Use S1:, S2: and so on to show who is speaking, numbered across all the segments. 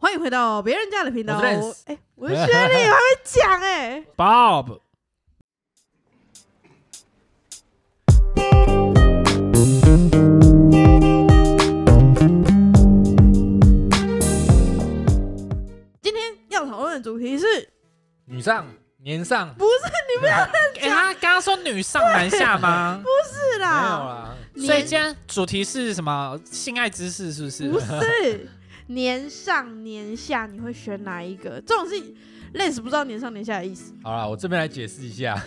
S1: 回到别人家的频道，
S2: 我是 Lance
S1: 我哎，我是薛丽，我还没讲哎、
S2: Bob，
S1: 今天要讨论的主题是，
S2: 女上年上，
S1: 不是你不要
S3: 哎、他刚刚说女上男下吗？
S1: 是
S2: 没有啊
S1: 啦，
S2: 啦，
S1: 年
S3: 所以今天主题是什么？性爱知识是不是？
S1: 不是 年上年下，你会选哪一个？这种是 Lance 不知道年上年下的意思，
S2: 好啦，我这边来解释一下，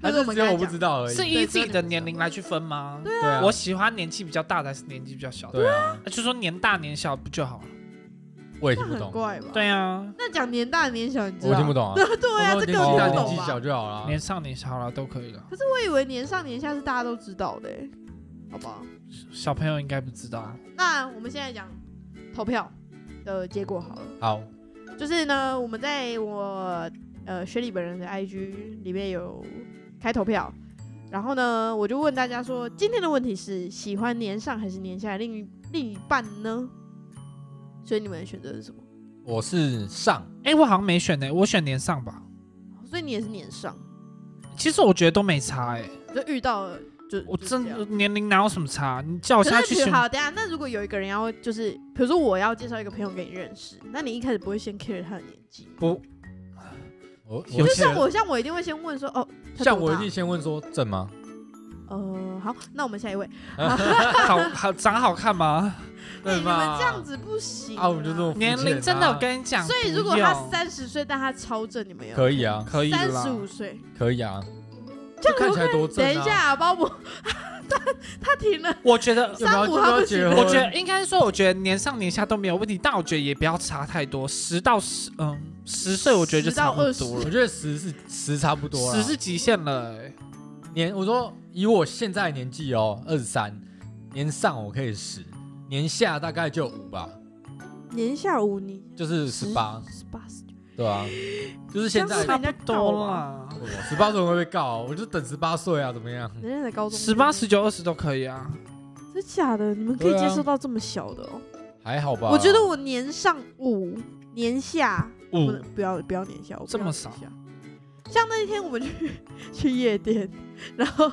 S1: 那
S2: 还
S1: 是我
S2: 是
S1: 们
S2: 只有我
S1: 刚才
S2: 不
S1: 讲
S2: 知道而已。
S3: 是依自己的年龄来去分吗？
S2: 对啊，
S3: 我喜欢年纪比较大的还是年纪比较小的？
S2: 对啊，
S3: 那就说年大年小不就好了？
S2: 我也
S1: 那
S2: 听不
S1: 很
S2: 懂，
S1: 怪吧？，
S3: 对啊，
S1: 那讲年大年小，你知道？
S2: 我听不懂 啊。
S1: 对对啊，
S2: 我说
S1: 这
S2: 年
S1: 个
S2: 纪
S1: 我
S2: 大
S1: 不
S2: 年
S1: 懂
S2: 纪
S1: 吧
S2: 小？就好啦。
S3: 年上年下啦都可以了。
S1: 可是我以为年上年下是大家都知道的、欸，好不好？
S3: 小朋友应该不知道，
S1: 那我们现在讲投票的结果好了。
S2: 好，
S1: 就是呢，我们在我呃学理本人的 IG 里面有开投票，然后呢，我就问大家说，今天的问题是喜欢年上还是年下的另一另一半呢？所以你们的选择是什么？
S2: 我是上，
S3: 哎、我好像没选呢、我选年上吧。
S1: 所以你也是年上，
S3: 其实我觉得都没差哎、
S1: 就遇到了就
S3: 我
S1: 就是这样
S3: 真年龄哪有什么差？你叫我
S1: 可
S3: 现在
S1: 是
S3: 去
S1: 比如
S3: 选，
S1: 好，等一下那如果有一个人要就是，比如说我要介绍一个朋友给你认识，那你一开始不会先 care 他的年纪？
S2: 我
S1: 就
S2: 我
S1: 是
S2: 是啊
S1: 像我像我一定会先问说哦，他
S2: 像
S1: 多
S2: 我一
S1: 大
S2: 定先问说正吗？
S1: 呃好，那我们下一位。
S3: 好好长好看吗？
S1: 哎，
S2: 对
S1: 啊你
S2: 嘛
S1: 们这样子不行
S2: 啊，我们就这种肤浅
S3: 年
S2: 啊
S3: 龄真的，我跟你讲，
S1: 所以
S3: 不
S1: 如果他
S3: 用
S1: 三十岁，但他超正，你们有
S2: 可以啊，
S3: 可以啦，
S1: 三十五岁？
S2: 可以啊，
S1: 这
S2: 就看起来多正
S1: 等
S2: 啊。
S1: 一下、啊，包姆， 他他停了，
S3: 我觉得，
S2: 要不要
S1: 三五
S2: 要
S1: 他不
S2: 不要
S1: 行
S2: 结婚？
S3: 我觉得应该说，我觉得年上年下都没有问题，但我觉得也不要差太多，十到十，嗯，十岁我觉得就差不多
S1: 10
S2: 我
S3: 了，
S2: 觉得十是十差不
S1: 啊
S2: 多啦，
S3: 十是极限了、欸。
S2: 年，我说以我现在的年纪哦，二十三，年上我可以十，年下大概就五吧，
S1: 年下无你，
S2: 就是十八，
S1: 十八十九，
S2: 对啊，就是现
S1: 这
S2: 在
S1: 样
S3: 差
S1: 是
S3: 不多啦，
S2: 十八岁会被告，啊我就等十八岁啊，怎么样？
S1: 人家才高中，
S3: 十八、十，九、二十都可以啊。
S1: 真假的？你们可以
S2: 对啊
S1: 接受到这么小的哦？
S2: 还好吧？
S1: 我觉得我年上五，年下
S3: 五
S1: 不能不要不要年下，我不要
S3: 这么
S1: 年
S3: 少
S1: 下。像那一天我们去 去夜店，然后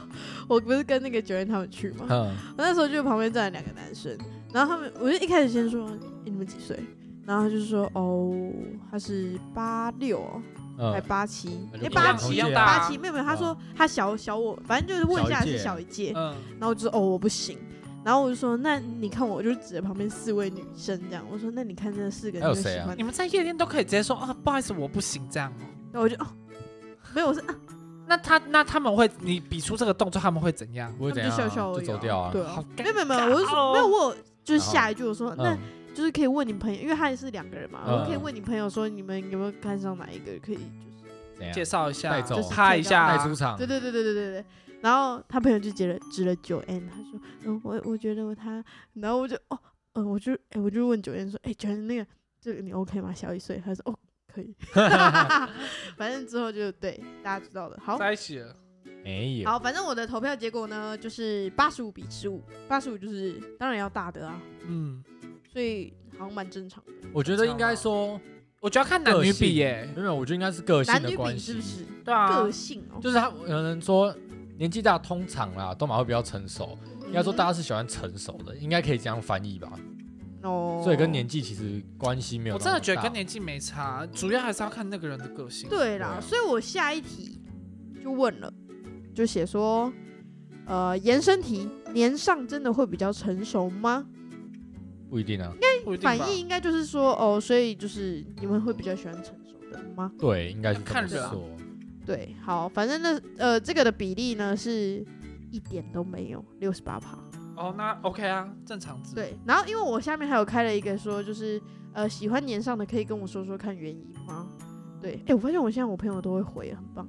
S1: 我不是跟那个九人他们去吗？
S2: 嗯，
S1: 我那时候就旁边站了两个男生，然后他们，我就一开始先说、诶你们几岁，然后他就说哦，他是八六、哦，还
S2: 嗯
S1: 八七，
S2: 那就
S1: 哎
S2: 一
S1: 八
S2: 样
S1: 七
S2: 一样大
S1: 八
S3: 啊
S1: 七，没有没有，他说他小小我，反正就是问一下
S2: 小一
S1: 是
S2: 届
S1: 小一届，
S3: 嗯，
S1: 然后我就说哦我不行，然后我就说那你看我，我就指着旁边四位女生这样，我说那你看这四个
S2: 还有
S1: 你会
S2: 谁
S1: 喜
S2: 啊
S1: 欢
S3: 你
S1: 哪，
S3: 们在夜店都可以直接说啊，不好意思，我不行这样哦。
S1: 然后我就哦，没有我是啊，
S3: 那他那他们会，你比出这个动作，他们会怎样？
S2: 不会
S1: 他
S2: 怎
S1: 们
S2: 样
S1: 就
S2: 啊，
S1: 笑笑而
S2: 就
S1: 已
S2: 走
S1: 啊
S2: 掉啊。哦
S1: 对
S3: 好
S1: 啊，
S3: 尴尬哦
S1: 没有没有没有，我是说没有我有就是
S2: 然后
S1: 下一句我说那
S2: 嗯，
S1: 就是可以问你朋友，因为他也是两个人嘛，
S2: 嗯
S1: 我可以问你朋友说你们有没有看上哪一个可以，就是
S2: 怎样
S3: 介绍一下，
S2: 带走
S3: 就是拍一下，
S2: 带出场
S1: 对，对对对对对对。然后他朋友就指了指了九 N，他说，嗯，我我觉得他，然后我就哦，嗯，我就哎、我就问九 N 说，哎、九 N 那个这个你 OK 吗？小一岁，他说哦可 以，反正之后就对大家知道的，好。
S3: 在一起了。
S2: 没有，
S1: 好，反正我的投票结果呢，就是八十五比十五，八十五就是当然要大的啊，
S3: 嗯，
S1: 所以好像蛮正常的。
S2: 我觉得应该说
S3: 我觉得要看男女比耶、
S2: 没有，没有我觉得应该是个性
S1: 男
S2: 的
S1: 女
S2: 关
S1: 比是
S2: 系
S1: 不，是？
S3: 对啊
S1: 个，性哦，
S2: 就是他可能说年纪大，通常啦，都马会比较成熟，应该说大家是喜欢成熟的，应该可以这样翻译吧。
S1: 嗯哦，
S2: 所以跟年纪其实关系没有
S3: 我
S2: 那
S3: 真
S2: 么大。
S3: 的觉得跟年纪没差，主要还是要看那个人的个性。
S1: 对
S2: 对
S1: 啦，
S2: 啊
S1: 所以我下一题就问了，就写说，呃，延伸题，年上真的会比较成熟吗？
S2: 不一定 啊，
S3: 不一定吧
S1: 反应应该就是说，哦，所以就是你们会比较喜欢成熟的吗？
S2: 对，应该是这么
S3: 看人啊
S2: 说。
S1: 对，好，反正那呃这个的比例呢是一点都没有，六十八趴。
S3: 哦，那 OK 啊，正常值。
S1: 对，然后因为我下面还有开了一个说，就是呃喜欢年上的可以跟我说说看原因吗？对，哎、我发现我现在我朋友都会回，很棒。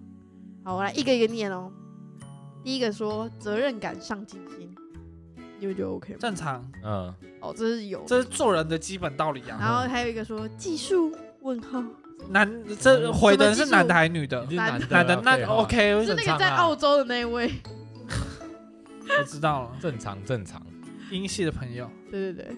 S1: 好，我来一个一个念哦。第一个说责任感、上进心，你们觉得 OK 吗？
S3: 正常，
S2: 嗯，
S1: 哦，这是有。
S3: 这是做人的基本道理啊。
S1: 然后还有一个说技术问号，
S3: 男这回的人是男的还是女的
S2: 一？定是男的嗯啊
S3: 男的那
S2: 废话
S3: OK，
S1: 是那
S2: 正
S1: 个
S2: 常
S1: 在
S2: 啊
S1: 澳洲的那一位。
S3: 我知道了。
S2: 正常正常。
S3: 英系的朋友，
S1: 对对对。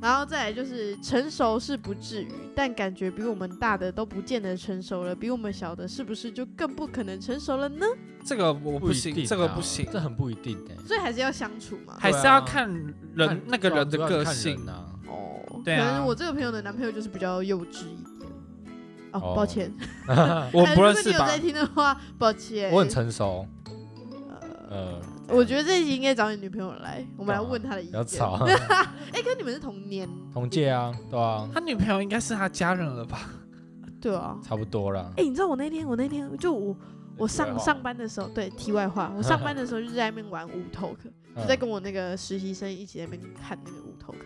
S1: 然后再来就是成熟是不至于，但感觉比我们大的都不见得成熟了，比我们小的是不是就更不可能成熟了呢？
S3: 这个我不
S2: 一
S3: 行，
S2: 定
S3: 这个
S2: 啊
S3: 不行，
S2: 这很不一定哎、
S1: 所以还是要相处嘛。
S3: 还是
S2: 对啊
S3: 要看
S2: 看
S3: 人那个人的
S2: 主要
S3: 个
S2: 主要是看
S3: 性
S2: 人。啊。
S1: 哦，
S3: 对
S1: 可
S3: 啊
S1: 能我这个朋友的男朋友就是比较幼稚一点。哦，
S2: 哦
S1: 抱 歉，
S3: 我
S1: 哎
S3: 不认
S1: 如果
S3: 识
S1: 你有
S3: 吧？
S1: 在听的话，抱歉。
S2: 我很成熟，
S1: 呃，
S2: 呃，
S1: 我觉得这一集应该找你女朋友来，我们来问她的意
S2: 不要
S1: 见。
S2: 吵，
S1: 哎，跟你们是同年
S2: 同届啊，对啊，
S3: 他女朋友应该是他家人了吧？
S1: 对啊。
S2: 差不多啦。啊
S1: 哎，你知道我那天，我那天就我我上上班的时候，对，题外话，我上班的时候就在那边玩五 t o
S2: 嗯
S1: 就在跟我那个实习生一起在那边看那个无头壳，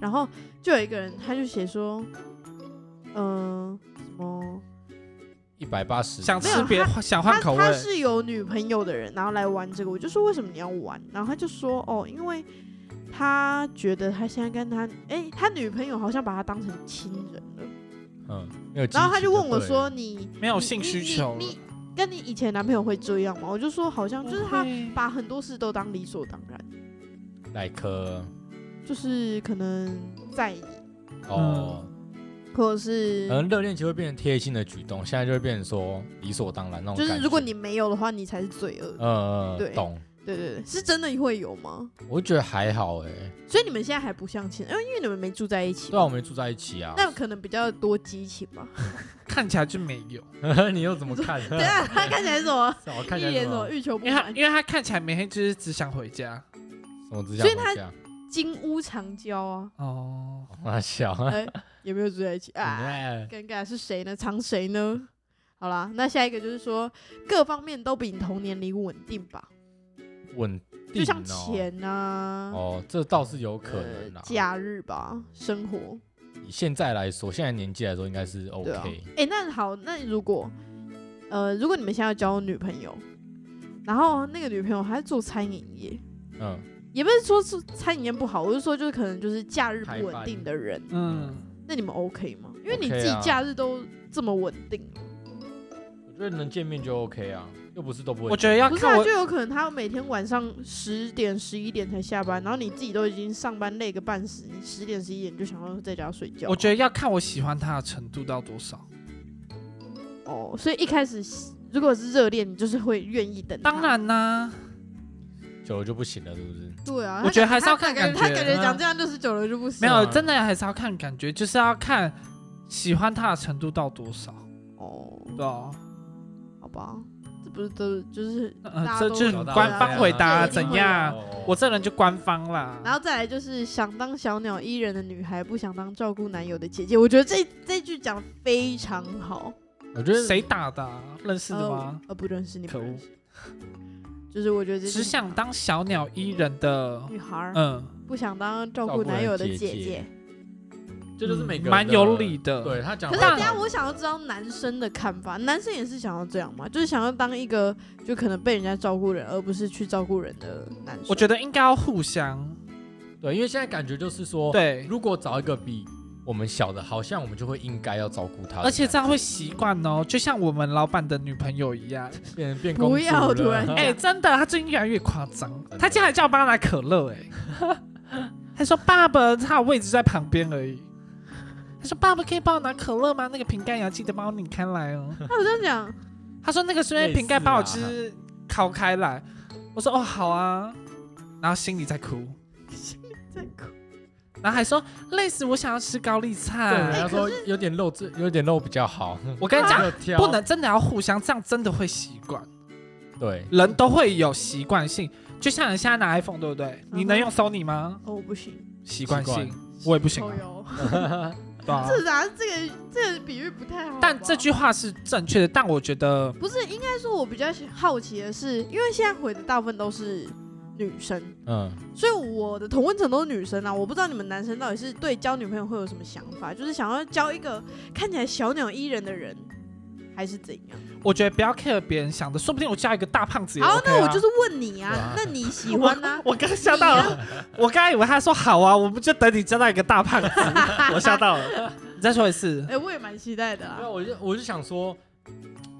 S1: 然后就有一个人他就写说，嗯、什么
S2: 一百八十
S3: 想
S1: 没
S3: 吃
S1: 有
S3: 别
S1: 他
S3: 想换
S1: 他
S3: 口味
S1: 他，是有女朋友的人，然后来玩这个，我就说为什么你要玩？然后他就说哦，因为他觉得他现在跟他哎、他女朋友好像把他当成亲人了，
S2: 嗯，没有。
S1: 然后他就问我说，你
S3: 没有
S1: 你
S3: 性
S1: 你
S3: 需
S1: 你
S3: 求了
S1: 你跟你以前男朋友会这样吗？我就说好像就是他
S3: 不
S1: 把很多事都当理所当然，
S2: 来科
S1: 就是可能在意。
S3: 嗯
S2: 哦，
S1: 或者是
S2: 可能呃
S3: 呃
S2: 热恋期会变成贴心的举动，现在就会变成说理所当然那种
S1: 就
S2: 感觉。
S1: 是如果你没有的话，你才是罪恶的。
S2: 呃
S1: 对
S2: 懂，
S1: 对对对，是真的会有吗？
S2: 我觉得还好哎，
S1: 所以你们现在还不相亲，因为因为你们没住在一起
S2: 虽，啊然我们住在一起啊，
S1: 那可能比较多激情 吧。
S3: 看起来就没有，
S2: 你又怎么看？
S1: 对啊，他看起来是什么？
S2: 怎么 看
S1: 一
S2: 起来
S1: 脸
S2: 什
S1: 什么
S2: 么？
S1: 欲求
S3: 因
S1: 不
S3: 为他
S1: 满，
S3: 因为他看起来每天就是只想回家
S2: 什么指甲
S1: 所以
S2: 骨
S1: 他
S2: 架？
S1: 金屋藏娇啊，
S3: 哦。
S2: 啊小啊，
S1: 哎，有没有住在一起啊？
S2: 哎
S1: 尴尬是谁呢？藏谁呢？好啦，那下一个就是说，各方面都比你同年龄稳定吧，
S2: 稳定
S1: 就像
S2: 哦
S1: 钱啊，
S2: 哦，这倒是有可
S1: 呃
S2: 能啦。啊
S1: 假日吧，生活，
S2: 以现在来说，现在年纪来说应该是
S1: 对啊
S2: OK。，
S1: 哎、那好，那如果呃，如果你们现在要交女朋友，然后那个女朋友她是做餐饮业，
S2: 嗯，
S1: 也不是说是餐饮业不好，我是说就是可能就是假日不稳定的人，
S3: 嗯，
S1: 那你们 OK 吗？因为你
S2: OK
S1: 自己
S2: 啊
S1: 假日都这么稳定了，
S2: 我觉得能见面就 OK 啊，又不是都不会见面。
S3: 我觉得要
S1: 不是啊
S3: 看，我
S1: 就有可能她每天晚上十点十一点才下班，然后你自己都已经上班累个半死，你十点十一点就想要在家睡觉。
S3: 我觉得要看我喜欢他的程度到多少。
S1: 嗯得哦，所以一开始如果是热恋，你就是会愿意等她。
S3: 当然啦，
S2: 久了就不行了，是不是？
S1: 对啊，
S3: 我觉得还
S1: 他
S3: 是要看感
S1: 他感觉
S3: 觉
S1: 讲
S3: 啊。
S1: 这样就是久了就不行。
S3: 没有，
S2: 啊
S3: 真的还是要看感觉，就是要看喜欢他的程度到多少，
S1: 哦，
S3: 对啊。
S1: 好吧，这不是都就是
S3: 呃
S1: 大家
S3: 这
S1: 都啊
S3: 就是
S1: 有
S3: 官方回
S1: 这一
S3: 答
S1: 定
S3: 怎
S1: 会
S3: 样？
S2: 哦
S3: 我这人就官方啦。
S1: 然后再来就是想当小鸟依人的女孩，不想当照顾男友的姐姐。我觉得这这句讲得非常好，
S2: 我觉得
S3: 谁打的啊？认识的
S1: 呃
S3: 吗？
S1: 呃，不认识你，
S3: 可
S1: 不
S3: 恶
S1: 认识。就是我觉得这句
S3: 只想当小鸟依人的，
S1: 女孩儿
S3: 嗯，
S1: 不想当照
S2: 照
S1: 顾
S2: 顾人
S1: 男友的
S2: 姐
S1: 姐
S2: 姐
S1: 姐。
S2: 这就是每个人的
S3: 蛮有理的
S2: 对他讲
S1: 可
S2: 得
S1: 是
S2: 很
S1: 等
S2: 好，
S1: 一下我想要知道男生的看法，男生也是想要这样吗？就是想要当一个就可能被人家照顾人，而不是去照顾人的男生。
S3: 我觉得应该要互相。
S2: 对，因为现在感觉就是说，，
S3: 对，
S2: 如果找一个比我们小的，好像我们就会应该要照顾他，
S3: 而且这样会习惯哦，就像我们老板的女朋友一样。
S2: 变成变
S1: 不
S2: 公主
S1: 要
S2: 了
S1: 突 然
S3: 哎、真的，他最近越来越夸张
S2: 的，
S3: 他竟然还叫我帮他拿可乐、哎，他说爸爸，他的位置在旁边而已。他说爸爸可以帮我拿可乐吗？那个瓶盖也要记得帮我拧开来哦。
S1: 他好像 讲，
S3: 他说那个随便瓶盖帮我就是敲开来。我说哦好啊，然后心里在哭，
S1: 在哭
S3: 然后还说累死我，想要吃高丽
S2: 对，
S3: 菜。
S2: 人家说有点肉，这有点肉比较好。
S3: 哎 我跟你 讲，
S2: 有挑
S3: 不能真的要互相，这样真的会习惯，
S2: 对，
S3: 人都会有习惯性。就像你现在拿 iPhone 对不
S1: 嗯
S3: 对？你能用 Sony 吗？
S1: 哦，我不行，
S3: 习惯
S2: 习
S3: 性，我也不行、
S1: 抽
S3: 啊，
S1: 油。
S3: 对啊。
S1: 这啥？这个这个比喻不太好吧。
S3: 但这句话是正确的，但我觉得
S1: 不是应该说，我比较好奇的是，因为现在回的大部分都是女生，
S2: 嗯，
S1: 所以我的同温层都是女生啊。我不知道你们男生到底是对交女朋友会有什么想法，就是想要交一个看起来小鸟依人的人，还是怎样？
S3: 我觉得不要 care 别人想的，说不定我嫁一个大胖子也 OK
S1: 好
S3: 啊、，
S1: 那我就是问你 啊，那你喜欢呢、
S3: 我刚吓到了，啊我刚以为他说好啊，我不就等你嫁到一个 大胖子，我吓到了。你再说一次
S1: 哎、，我也蛮期待的啦
S2: 没
S3: 啊
S2: 有，。啊我就我就想说，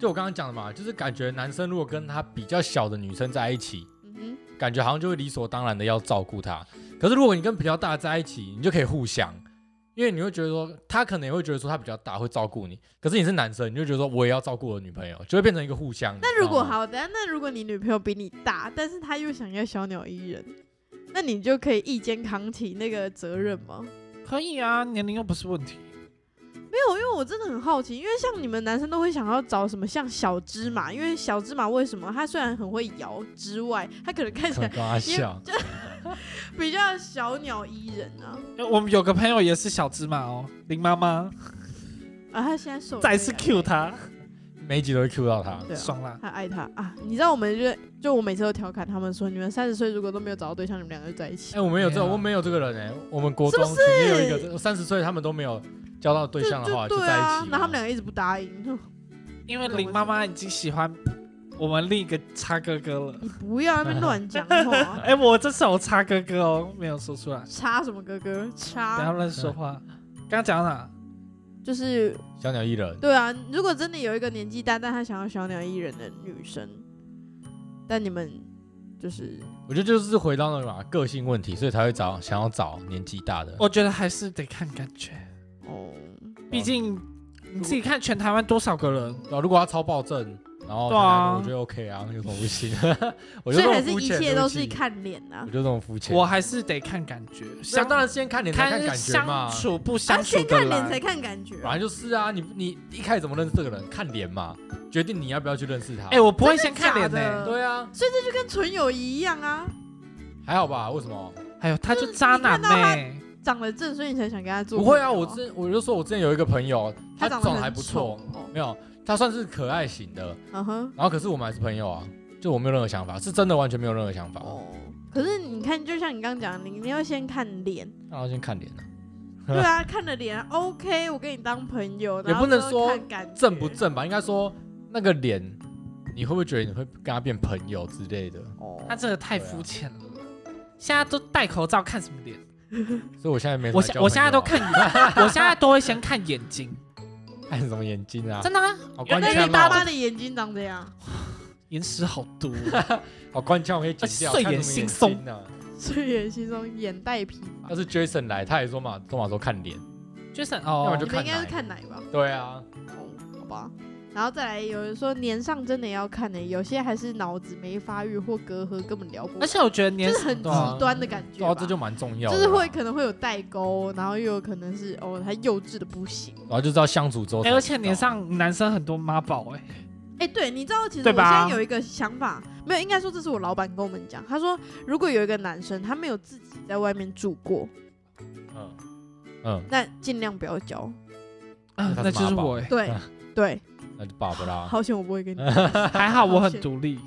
S2: 就我刚刚讲的嘛，就是感觉男生如果跟他比较小的女生在一起，
S1: 嗯
S2: 感觉好像就会理所当然的要照顾她。可是如果你跟比较大的在一起，你就可以互相，因为你会觉得说，他可能也会觉得说他比较大，会照顾你。可是你是男生，你就觉得说我也要照顾我的女朋友，就会变成一个互相。
S1: 那如果
S2: 你知道吗，
S3: 啊
S1: 好，等下那如果你女朋友比你大，但是她又想要小鸟依人，那你就可以一肩扛起那个责任吗？
S3: 可以啊，年龄又不是问题。
S1: 没有，因为我真的很好奇，因为像你们男生都会想要找什么像小芝麻，因为小芝麻为什么它虽然很会摇之外，它可能看起
S2: 可能
S1: 来
S2: 跟他
S1: 因为
S2: 笑，
S1: 比较小鸟依人啊。
S3: 呃我们有个朋友也是小芝麻哦，林妈妈，
S1: 啊，他现在瘦了，
S3: 再次 Q 她，
S2: 每一集都会 Q 到他。
S1: 对啊，
S3: 爽啦！
S1: 他爱他啊！你知道我们就就我每次都调侃他们说，你们三十岁如果都没有找到对象，你们两个就在一起
S2: 哎、。我们有这
S3: 没有
S2: 我们有这个人哎、我们国
S1: 是
S2: 中
S1: 不
S2: 曾经有一个三十岁，他们都没有交到对
S1: 就
S2: 象的话，
S1: 就对
S2: 在一
S1: 啊
S2: 起，了。
S1: 然后他们两个一直不答应，就
S3: 因为林妈妈已经喜欢我们另一个叉哥哥了。
S1: 你不要在那边乱讲话，
S3: 哎、我这次有叉哥哥哦，没有说出来，
S1: 插什么哥哥
S3: 不要
S1: 插，
S3: 乱说话。刚刚讲到哪？
S1: 就是
S2: 小鸟依人，
S1: 对啊。如果真的有一个年纪大但她想要小鸟依人的女生，但你们就是
S2: 我觉得就是回到那个嘛个性问题，所以才会找想要找年纪大的。
S3: 我觉得还是得看感觉，
S1: 哦，
S3: 毕竟你自己看全台湾多少个人，
S2: 对啊如果他超暴政，然后
S3: 对啊
S2: 我觉得 OK 啊，有什么不行？ 我
S1: 所
S2: 就
S1: 以
S2: 这
S1: 还
S2: 种
S1: 是
S2: 肤
S1: 一
S2: 浅，
S1: 切都
S2: 对
S1: 是
S2: 不起，
S1: 看脸啊
S2: 我。就这种肤浅。
S3: 我还是得看感觉，
S2: 想
S3: 相
S2: 当然是先看脸才看感觉嘛
S3: 相，处不相
S1: 啊，
S3: 处
S1: 先
S3: 的
S1: 看脸才
S3: 来。
S1: 看感觉啊、
S2: 本来就是啊，你你一开始怎么认识这个人？看脸嘛，决定你要不要去认识他。
S3: 哎、我不会先看脸呢、
S1: 真的假的
S2: 对啊，
S1: 就跟纯友谊一样啊。
S2: 还好吧？为什么？
S3: 还有哎他就渣男呢、
S1: 长得正，所以你才想跟他做
S2: 不
S1: 朋友啊。
S2: 会啊，我之我就说我之前有一个朋友，
S1: 他
S2: 长
S1: 长
S2: 得
S1: 很
S2: 还不错
S1: 丑，哦
S2: 没有，他算是可爱型的，
S1: 嗯哼，
S2: 然后可是我们还是朋友啊，就我没有任何想法，是真的完全没有任何想法，
S1: 哦。可是你看，就像你刚刚讲的，你你要先看脸，
S2: 然后先看脸啊，
S1: 对啊，看了脸，OK，我跟你当朋友，
S2: 也
S1: 然
S2: 不
S1: 后
S2: 能
S1: 之后
S2: 说
S1: 看感觉
S2: 正不正吧？应该说那个脸，你会不会觉得你会跟他变朋友之类的？
S1: 哦
S3: 他，真的太肤浅了。现在都戴口罩，看什么脸？
S2: 所以我现在没什
S3: 我
S2: 么
S3: 现
S2: 交
S3: 我现在
S2: 朋友
S3: 都
S2: 啊
S3: 看， 我现在都会先看眼睛，
S2: 看什么眼睛啊，
S3: 真的啊，
S2: 好
S1: 那
S2: 官
S1: 你
S2: 腔
S1: 爸
S2: 哦，
S1: 妈的眼睛长这样，
S3: 眼屎好 毒。
S2: 好官腔，我可以剪掉，
S3: 睡
S2: 看
S3: 眼
S2: 什么
S3: 惺忪
S2: 睛啊。
S1: 睡眼惺忪，眼袋皮吧
S2: 要。是 Jason 来，他也说嘛，都嘛说看脸，
S3: Jason
S2: 要么
S3: 哦
S2: 就
S1: 你，们应该是
S2: 看
S1: 看奶吧？
S2: 对啊，
S1: 哦，好吧。然后再来，有人说年上真的要看的、有些还是脑子没发育或隔阂根本聊不
S3: 而
S1: 完，
S3: 且我觉得年
S1: 就是很
S3: 对
S1: 极
S3: 啊
S1: 端的感觉
S2: 对
S1: 吧。
S2: 啊，这就蛮重要
S1: 就
S2: 的啊，
S1: 是会可能会有代沟，然后又有可能是哦，他幼稚的不行。
S2: 然后就知道相处之后才
S3: 哎、
S2: 知道，
S3: 而且脸上男生很多妈宝哎，
S1: 哎、对，你知道，其实
S3: 对
S1: 我现
S3: 吧
S1: 在有一个想法，没有，应该说这是我老板跟我们讲，他说如果有一个男生他没有自己在外面住过，
S2: 嗯嗯，
S1: 那尽量不要交。
S3: 啊那就是我哎，
S1: 对
S2: 啊
S1: 对，
S2: 那就爸爸啦。
S1: 好险我不会 跟你讲，
S3: 还好我很独立，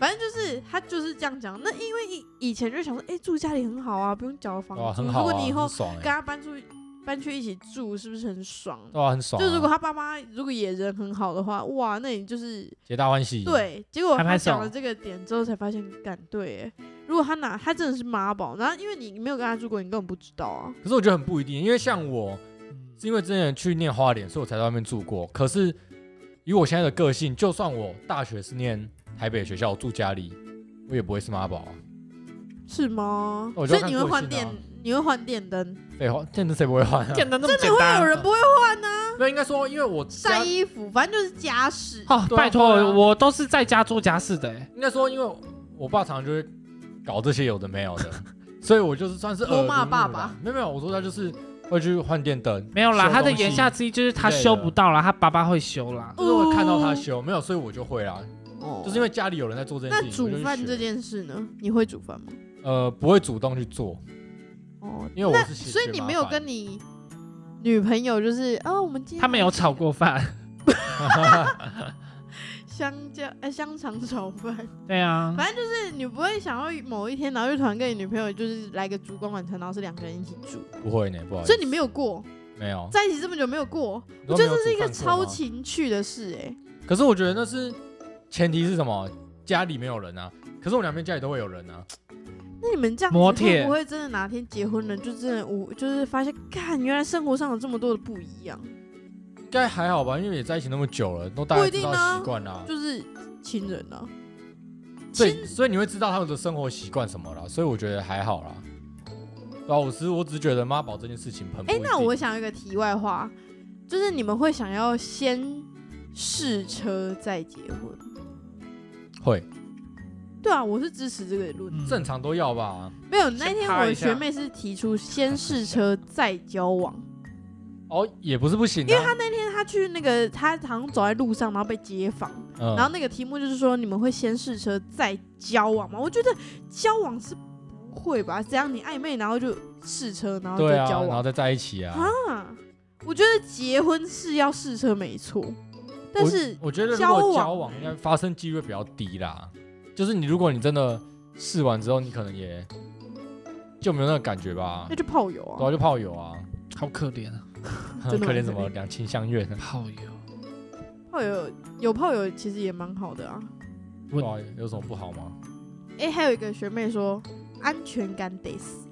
S1: 反正就是他就是这样讲。那因为以以前就想说，哎、住家里很好啊，不用交房
S2: 对啊，
S1: 租。
S2: 很
S1: 如
S2: 好
S1: 果
S2: 啊，
S1: 你以后
S2: 很爽
S1: 跟
S2: 欸，
S1: 他搬出去搬去一起住，是不是很爽？
S2: 对啊，很爽啊，
S1: 就如果他爸妈如果也人很好的话，哇，那你就是
S2: 皆大欢喜，，
S1: 对，结果
S3: 拍
S1: 他
S3: 拍手
S1: 讲了这个点之后，才发现，敢对耶，如果他拿他真的是妈宝，然后因为你没有跟他住过，你根本不知道啊。
S2: 可是我觉得很不一定，因为像我
S3: 嗯
S2: 是因为之前去念花莲，所以我才在外面住过。可是以我现在的个性，就算我大学是念台北学校，我住家里，我也不会是妈宝啊。
S1: 是吗？
S2: 我就
S1: 所
S2: 要
S1: 以
S2: 看
S1: 你会
S2: 个
S1: 换
S2: 性
S1: 电
S2: 啊，
S1: 你会换电灯，
S2: 废话，电灯谁不 会换啊？
S3: 变得那么
S1: 真
S3: 简
S1: 的会
S3: 单
S1: 有
S2: 哦
S1: 人不会换呢、
S2: 那应该说，因为我家
S1: 晒衣服，反正就是家事。
S3: 哦，
S2: 对啊
S3: 拜托
S2: 对啊，
S3: 我都是在家做家事的哎，
S2: 应该说，因为我爸常常就会搞这些有的没有 的，所以我就是算是
S1: 偷骂
S2: 耳濡目
S1: 爸
S2: 染
S1: 爸。
S2: 没有没有，我说他就是会去换电灯，
S3: 没有啦，
S2: 修
S3: 他的
S2: 东
S3: 言
S2: 西
S3: 下之意就是他
S2: 之类的
S3: 修不到啦，他爸爸会修啦。
S2: 就是我看到他修，没有，所以我就会啦，
S1: 哦
S2: 就是因为家里有人在做这件
S1: 那
S2: 事情。
S1: 煮
S2: 我就去
S1: 饭
S2: 学
S1: 这件事呢，你会煮饭吗？
S2: 呃不会主动去做，
S1: 哦，
S2: 因为我
S1: 那
S2: 是嫌
S1: 所以
S2: 嫌
S1: 你
S2: 麻
S1: 没有
S2: 烦
S1: 跟你女朋友就是啊、我们今天
S3: 他们有炒过饭，
S1: 香蕉哎、香肠炒饭。
S3: 对啊，
S1: 就是你不会想要某一天，然后就突然跟你女朋友就是来个烛光晚餐，然后是两个人一起住，
S2: 不会呢，不好意思，
S1: 所以你没有过
S2: 没有，
S1: 在一起这么久没有过，
S2: 你
S1: 我觉
S2: 都没
S1: 得
S2: 有
S1: 这是一
S2: 煮
S1: 个
S2: 饭
S1: 超
S2: 过吗。
S1: 情趣的事哎、
S2: 可是我觉得那是前提是什么？家里没有人啊，可是我两边家里都会有人啊，
S1: 那你们这样
S3: 磨
S1: 子会
S3: 铁
S1: 不会真的哪天结婚了，就真的我就是发现，看原来生活上有这么多的不一样，
S2: 应该还好吧，因为也在一起那么久了，都大
S1: 不
S2: 家
S1: 一
S2: 知
S1: 定
S2: 道
S1: 啊
S2: 习惯啦。
S1: 就是亲人啊，
S2: 所
S1: 亲
S2: 以所以你会知道他们的生活习惯什么啦，所以我觉得还好啦。对啊，我只是我只是觉得妈宝这件事情很不一
S1: 哎、
S2: 定。
S1: 那我想一个题外话，就是你们会想要先试车再结婚？
S2: 会
S1: 对啊，我是支持这个论。
S3: 嗯
S2: 正常都要吧？
S1: 没有，那天
S3: 趴
S1: 我
S3: 一下
S1: 学妹是提出先试 车再交往。
S2: 哦，也不是不行、啊，
S1: 因为他那天他去那个，他好像走在路上，然后被街访，
S2: 嗯、
S1: 然后那个题目就是说你们会先试车再交往吗？我觉得交往是不会吧，只要你暧昧，然后就试车，然后就
S2: 对啊，
S1: 交
S2: 然
S1: 往
S2: 后再在一起啊。
S1: 啊。我觉得结婚是要试车没错，但
S2: 我
S1: 是
S2: 我觉得如
S1: 交
S2: 果
S1: 往
S2: 交往应该发生几率比较低啦，就是你如果你真的试完之后，你可能也就没有那个感觉吧
S1: 那，就炮友
S2: 对
S1: 啊，
S2: 啊，就炮友啊，
S3: 好可怜啊，
S1: 真的
S2: 可
S1: 很
S2: 怜什
S1: 可
S2: 么
S1: 怜
S2: 两情相悦，
S3: 炮友。
S1: 炮友有炮友其实也蛮好的啊。
S2: 对啊，有什么不好吗？
S1: 哎、还有一个学妹说安全感得死，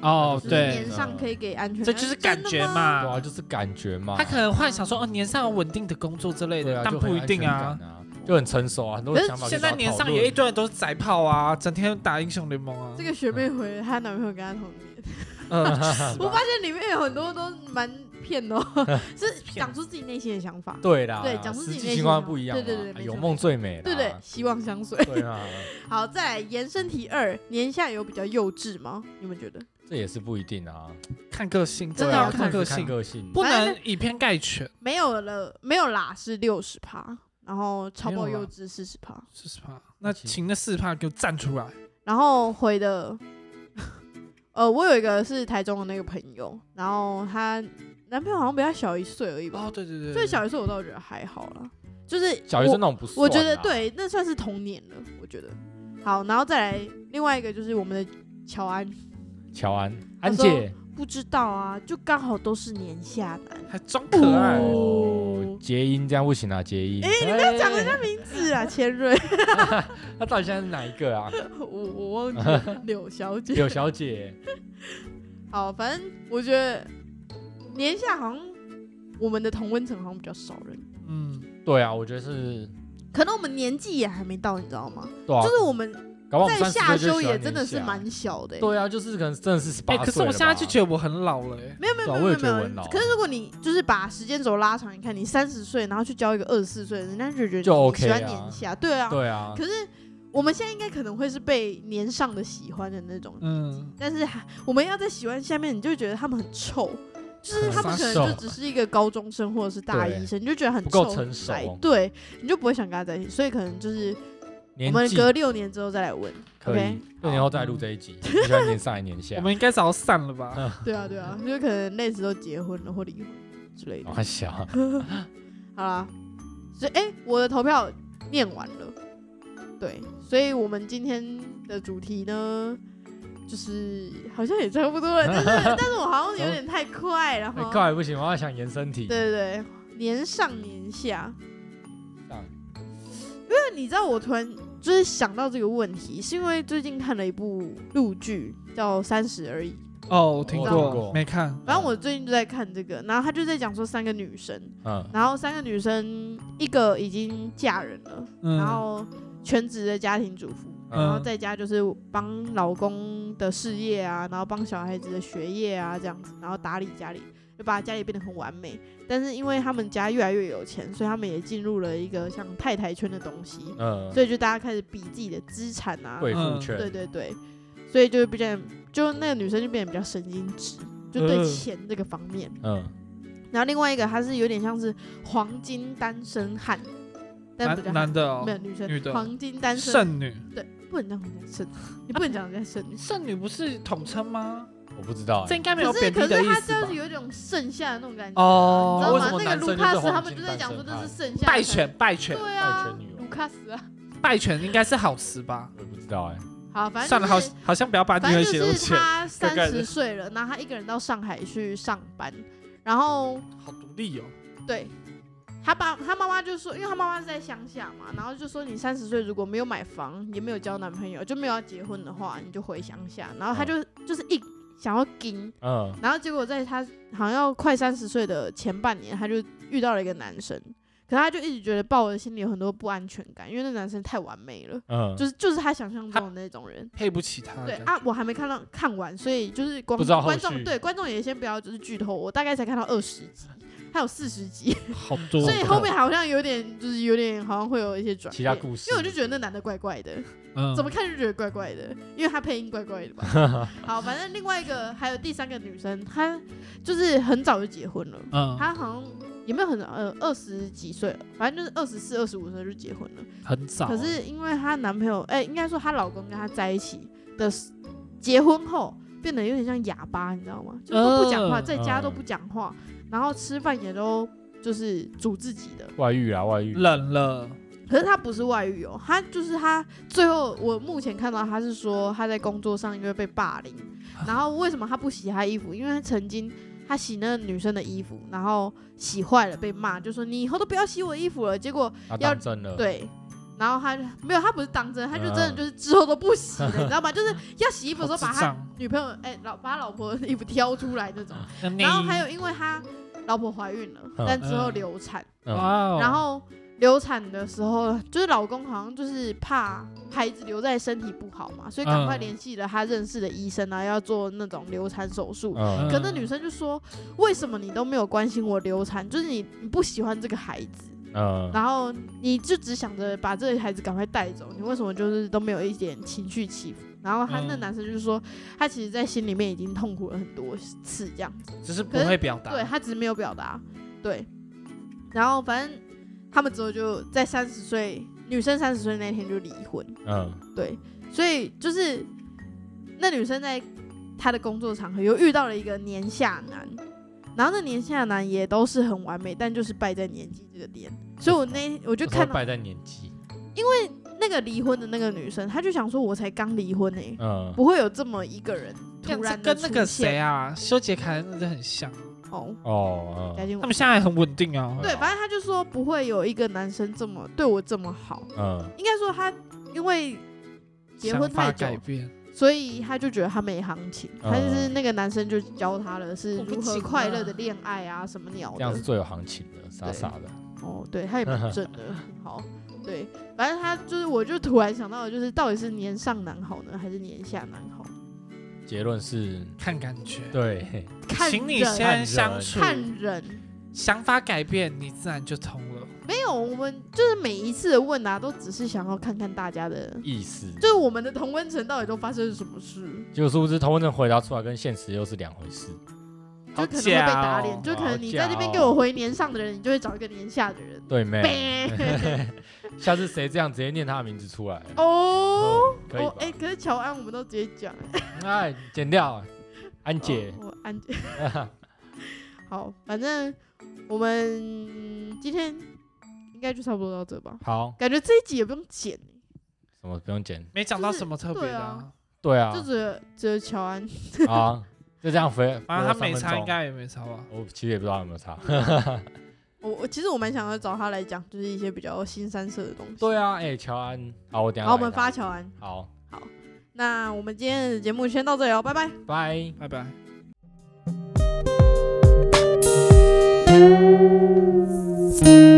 S3: 哦，
S1: 就是
S3: 对
S1: 年，上可以给安全感，
S3: 这就是感觉
S1: 真的吗
S2: 对啊，
S3: 嘛。
S2: 就是感觉嘛，
S3: 他可能幻想说，哦，年上有稳定的工作之类
S2: 对
S3: 的，
S2: 啊，
S3: 但
S2: 就很
S3: 不一
S2: 有安
S3: 定
S2: 全
S3: 啊。
S2: 感啊，就很成熟啊，很多
S1: 可是
S2: 想法就
S3: 现
S2: 是要
S3: 在年
S2: 讨
S3: 上
S2: 论
S3: 有一堆人都是宅炮啊，整天打英雄联盟啊
S1: 这。个学妹回了她男朋友跟她同年。
S3: 嗯， 去死
S1: 我
S3: 吧
S1: 发现里面有很多都蛮骗的、哦， 是讲出自己内心的想法，
S3: 啊
S2: 对啦，
S1: 对讲出自
S2: 实
S1: 己
S2: 际
S1: 内
S2: 情
S1: 心
S2: 况
S1: 嘛
S2: 不一样嘛，哎
S1: 对对对没
S2: 有
S1: 错
S2: 梦
S1: 没
S2: 最美啦，
S1: 对不对？希望相随。
S2: 对 啊，
S1: 好，再来延伸题二，年下有比较幼稚吗？你们觉得？
S2: 这也是不一定啊，
S3: 看个性，真
S1: 对
S3: 的
S1: 啊
S3: 要看
S2: 这
S3: 个
S2: 是看
S3: 性，
S2: 个性，
S3: 不
S1: 反
S3: 能
S1: 正
S3: 以偏概全。
S1: 没有了，没有啦，是六十趴，然后超爆
S3: 没有啦
S1: 幼稚四十趴，
S3: 四十趴，那请那四十趴给我站出来。
S1: 然后回的， 呃，我有一个是台中的那个朋友，然后她男朋友好像比她小一岁而已吧，
S3: 哦，对对对，
S1: 所以小一岁我倒觉得还好啦，就是
S2: 小学生
S1: 我
S2: 那种不啊算，
S1: 我觉得，对，那算是童年了，我觉得。好，然后再来另外一个就是我们的乔安，
S2: 乔安
S1: 他
S2: 安
S1: 说
S2: 姐
S1: 不知道啊，就刚好都是年下男，
S3: 还装可爱。
S2: 哦，谐音这样不行啊，谐音，
S1: 哎你不要讲人家名字啊，千瑞，
S2: 那哎到底现在是哪一个啊？
S1: 我我忘记 了柳小姐。
S2: 柳小姐，
S1: 好，反正我觉得年下好像我们的同温层好像比较少人，
S3: 嗯，
S2: 对啊，我觉得是，
S1: 可能我们年纪也还没到，你知道吗？
S2: 对啊
S1: 就，是我们
S2: 搞不好我
S1: 在
S2: 们
S1: 下
S2: 30岁就
S1: 修
S2: 喜欢
S1: 也真的
S2: 年
S1: 是
S2: 下
S1: 蛮小的、欸。
S2: 对啊，就是可能真的是十八
S3: 哎，
S2: 岁了吧，
S3: 可是我现在就觉得我很老了，哎
S1: 没有没有
S2: 对啊
S1: 没
S2: 我也
S1: 有没
S2: 觉得
S1: 有
S2: 我
S1: 没
S2: 很老
S1: 有，可是如果你就是把时间轴拉长，你看你三十岁，然后去交一个二十四岁的，人家就觉得
S2: 就
S1: 你
S2: OK
S1: 喜欢
S2: 啊
S1: 年下，对啊。
S2: 对啊，
S1: 可是我们现在应该可能会是被年上的喜欢的那种，
S3: 嗯，
S1: 但是还我们要在喜欢下面，你就会觉得他们很臭，就是他们可能
S2: 很
S1: 就
S2: 瘦
S1: 只是一个高中生或者是大
S2: 对
S1: 一生，你就觉得很
S2: 不
S1: 臭
S2: 够成
S1: 很
S2: 熟哦
S1: 宅对，你就不会想跟他在一起，所以可能就是我
S2: 年
S1: 们
S2: 纪
S1: 隔六年之后再来 问。
S2: 可以
S1: OK，，
S2: 六年后再录这一集，你喜欢年上还是年下
S3: 我？们应该早就散了吧？
S1: 对啊对啊，就可能那时候结婚了或离婚之类的。
S2: 我小啊，
S1: 好啦，所以哎、我的投票念完了，对，所以我们今天的主题呢，就是好像也差不多了， 但是但是我好像有点太快了
S2: 哎
S1: 哈。
S2: 快不行，我要想延伸题。
S1: 对对对，年上年下。
S2: 上
S1: 那你知道我突然就是想到这个问题，是因为最近看了一部陆剧叫《三十而已》，
S3: 哦，我听
S2: 我
S1: 听
S3: 过，
S2: 过
S3: 没看。
S1: 反正我最近就在看这个，然后他就在讲说三个女生，
S2: 嗯，
S1: 然后三个女生一个已经嫁人了，
S3: 嗯
S1: 然后全职的家庭主妇，
S2: 嗯
S1: 然后在家就是帮老公的事业啊，然后帮小孩子的学业啊这样子，然后打理家里，就把家里变得很完美。但是因为他们家越来越有钱，所以他们也进入了一个像太太圈的东西，
S2: 嗯，
S1: 所以就大家开始比自己的资产啊，
S2: 贵妇
S3: 嗯
S2: 圈，
S1: 对对对，所以就会比较，就那个女生就变得比较神经质，就对
S3: 嗯
S1: 钱这个方面。
S2: 嗯，
S1: 然后另外一个她是有点像是黄金单身汉，但不叫
S3: 男
S1: 汉
S3: 男的
S1: 没有
S3: 哦，
S1: 女生，
S3: 女的
S1: 黄金单身
S3: 剩女，
S1: 不能让人家剩，你不能讲人家剩。
S3: 剩女不是统称吗？
S2: 我不知道
S3: 这
S2: 欸
S3: 应，该没有
S1: 可是
S3: 贬
S1: 可
S3: 低的
S1: 是
S3: 意
S1: 他
S3: 思吧
S1: 就是？有一种剩下的那种感觉，你知
S3: 哦
S1: 道
S2: 为
S1: 吗
S2: 什？么
S1: 那个
S2: 男
S1: 卢
S2: 生
S1: 卡
S2: 就是
S1: 斯他
S2: 黄
S1: 们
S2: 金
S1: 就在
S2: 单
S1: 讲
S2: 身
S1: 说这
S2: 汉
S1: 是剩下的
S3: 拜
S1: 感
S3: 犬，
S1: 觉，
S3: 拜犬，
S1: 对
S2: 拜
S1: 啊
S2: 犬女，王
S1: 卢卡斯啊，
S3: 拜犬应该是好词吧？
S2: 我也不知道哎，
S1: 好，反
S3: 算
S1: 正
S3: 了，
S1: 就
S3: 好
S1: 是。
S3: 好像不要把女
S1: 反
S3: 儿
S1: 正
S3: 写
S1: 就
S3: 入
S1: 是
S3: 钱，
S1: 他
S3: 怪怪
S1: 三
S3: 的
S1: 十岁了，然后他一个人到上海去上班，然后
S3: 好独立哦。
S1: 对他爸他妈妈就说，因为他妈妈是在乡下嘛，然后就说你三十岁如果没有买房，也没有交男朋友，就没有要结婚的话，你就回乡下。然后他就、就是一想要跟，
S2: 嗯，
S1: 然后结果在他好像要快三十岁的前半年，他就遇到了一个男生，可他就一直觉得抱我的心里有很多不安全感，因为那男生太完美了，
S2: 嗯，
S1: 就是就是他想象中的那种人。
S3: 配不起他。
S1: 对啊，，我还没看到看完，所以就是光
S2: 不知道后
S1: 观
S2: 续
S1: 众对观众也先不要就是剧透，我大概才看到二十集，还有四十集，
S2: 好多
S1: 啊
S3: 哦
S1: 所以后面好像有点就是有点好像会有一些转
S2: 其他
S1: 变
S2: 故事
S1: 因为我就觉得那男的怪怪的，
S3: 嗯
S1: 怎么看就觉得怪怪的，因为他配音怪怪的吧。 好，反正另外一个还有第三个女生，她就是很早就结婚了，
S3: 嗯
S1: 她好像也没有很早，呃二十几岁，反正就是二十四、二十五岁就结婚了。
S3: 嗯很早啊
S1: 可是因为她男朋友，哎、应该说她老公跟她在一起的时结婚后，变得有点像哑巴，你知道吗？就都不讲话，
S3: 嗯
S1: 在家都不讲话，然后吃饭也都就是煮自己的。
S2: 外遇啊，外遇，
S3: 冷了，
S1: 可是他不是外遇哦，他就是他最后我目前看到他是说他在工作上因为被霸凌，
S3: 啊
S1: 然后为什么他不洗他衣服？因为他曾经他洗那个女生的衣服，然后洗坏了被
S3: 嗯
S1: 骂，就说你以后都不要洗我衣服了。结果
S2: 他
S1: 要
S2: 当真
S3: 呃
S2: 了，，
S1: 对。然后他就没有，他不是当真，他就真的
S2: 嗯
S1: 就是之后都不洗 了，你知道吗？就是要洗衣服的时候
S3: 好
S1: 把
S3: 智
S1: 他
S3: 障
S1: 女朋友哎、老把他老婆的衣服挑出来 那种。
S3: 那内
S1: 然后还
S3: 衣
S1: 有因为他老婆怀孕了，
S2: 嗯
S1: 但之后
S3: 嗯
S1: 流产，
S2: 嗯，
S3: 哇哦
S1: 然后流产的时候，就是老公好像就是怕孩子留在身体不好嘛，所以赶快
S3: 嗯
S1: 联系了他认识的医生啊，要做那种流产手术。
S2: 嗯
S1: 可那女生就说：“为什么你都没有关心我流产？就是你你不喜欢这个孩子，
S2: 嗯，
S1: 然后你就只想着把这个孩子赶快带走，你为什么就是都没有一点情绪起伏？”然后他那
S3: 嗯
S1: 男生就说：“他其实在心里面已经痛苦了很多次，这样。”
S3: 只是不
S1: 可是
S3: 会表达，
S1: 对他只是没有表达，对。然后反正他们之后就在三十岁，女生三十岁那天就离婚，
S2: 嗯，
S1: 对。所以就是那女生在她的工作场合又遇到了一个年下男，然后那年下男也都是很完美，但就是败在年纪这个点。所以我那我就
S2: 他
S1: 看到
S2: 败在年纪，
S1: 那个离婚的那个女生，她就想说，我才刚离婚呢、
S2: 嗯，
S1: 不会有这么一个人
S3: 干
S1: 突然
S3: 这
S1: 地
S3: 跟那个
S1: 出现
S3: 谁啊，修杰楷真的很像，
S1: 哦，
S2: 哦，
S1: 贾
S2: 嗯
S1: 静
S3: 他
S1: 雯
S3: 们现在很稳定啊。
S1: 对，反正他就说不会有一个男生这么对我这么好，
S2: 嗯，
S1: 应该说他因为结婚
S3: 想法
S1: 太久
S3: 改变，
S1: 所以他就觉得他没行情，
S2: 嗯
S1: 他就是那个男生就教他了是
S3: 我不
S1: 如何
S3: 行啊
S1: 快乐的恋爱啊什么鸟
S2: 这样是嗯
S1: 的，
S2: 最有行情的，傻
S1: 对
S2: 傻的，
S1: 哦，对，他也蛮正的，好，对，反正他就是我就突然想到的就是到底是年上男好呢，还是年下男好？
S2: 结论是，
S3: 看感觉。
S2: 对，
S1: 看
S3: 请你
S1: 人，
S3: 先相处，
S1: 看人，
S3: 想法改变，你自然就通了。
S1: 没有，我们就是每一次的问答啊都只是想要看看大家的。
S2: 意思
S1: 就是我们的同温层到底都发生了什么事？
S2: 结果殊不知，同温层回答出来跟现实又是两回事。
S1: 就
S3: 好
S1: 可能会被打
S3: 假哦
S1: 脸，就可能你
S2: 好假
S1: 在那边
S2: 哦
S1: 给我回年上的人，你就会找一个年下的人。
S2: 对妹，
S1: 呗
S2: 下次谁这样直接念他的名字出来？
S1: 哦，
S2: 可以
S1: 哦
S2: 吧，？
S1: 哎，可是乔安我们都直接讲，
S2: 哎，剪掉，安姐
S1: 哦，我安 姐，好，反正我们今天应该就差不多到这吧。
S2: 好，
S1: 感觉这一集也不用剪，
S2: 什么不用剪？
S3: 没讲到什么特别的、啊，
S2: 对啊
S1: 就，只有只有乔安，
S2: 啊，就这样回。
S3: 反正他
S2: 播
S3: 没
S2: 三分
S3: 差，
S2: 钟
S3: 应该也没差吧。
S2: 我其实也不知道有没有差。
S1: 我我其实我蛮想要找他来讲，就是一些比较新三色的东西。
S2: 对啊，哎，乔安，好，我等一下
S1: 好，我们
S2: 来拿
S1: 发乔安。
S2: 好，
S1: 那我们今天的节目先到这里哦，拜拜。
S2: 拜。
S3: 拜拜。
S4: Thank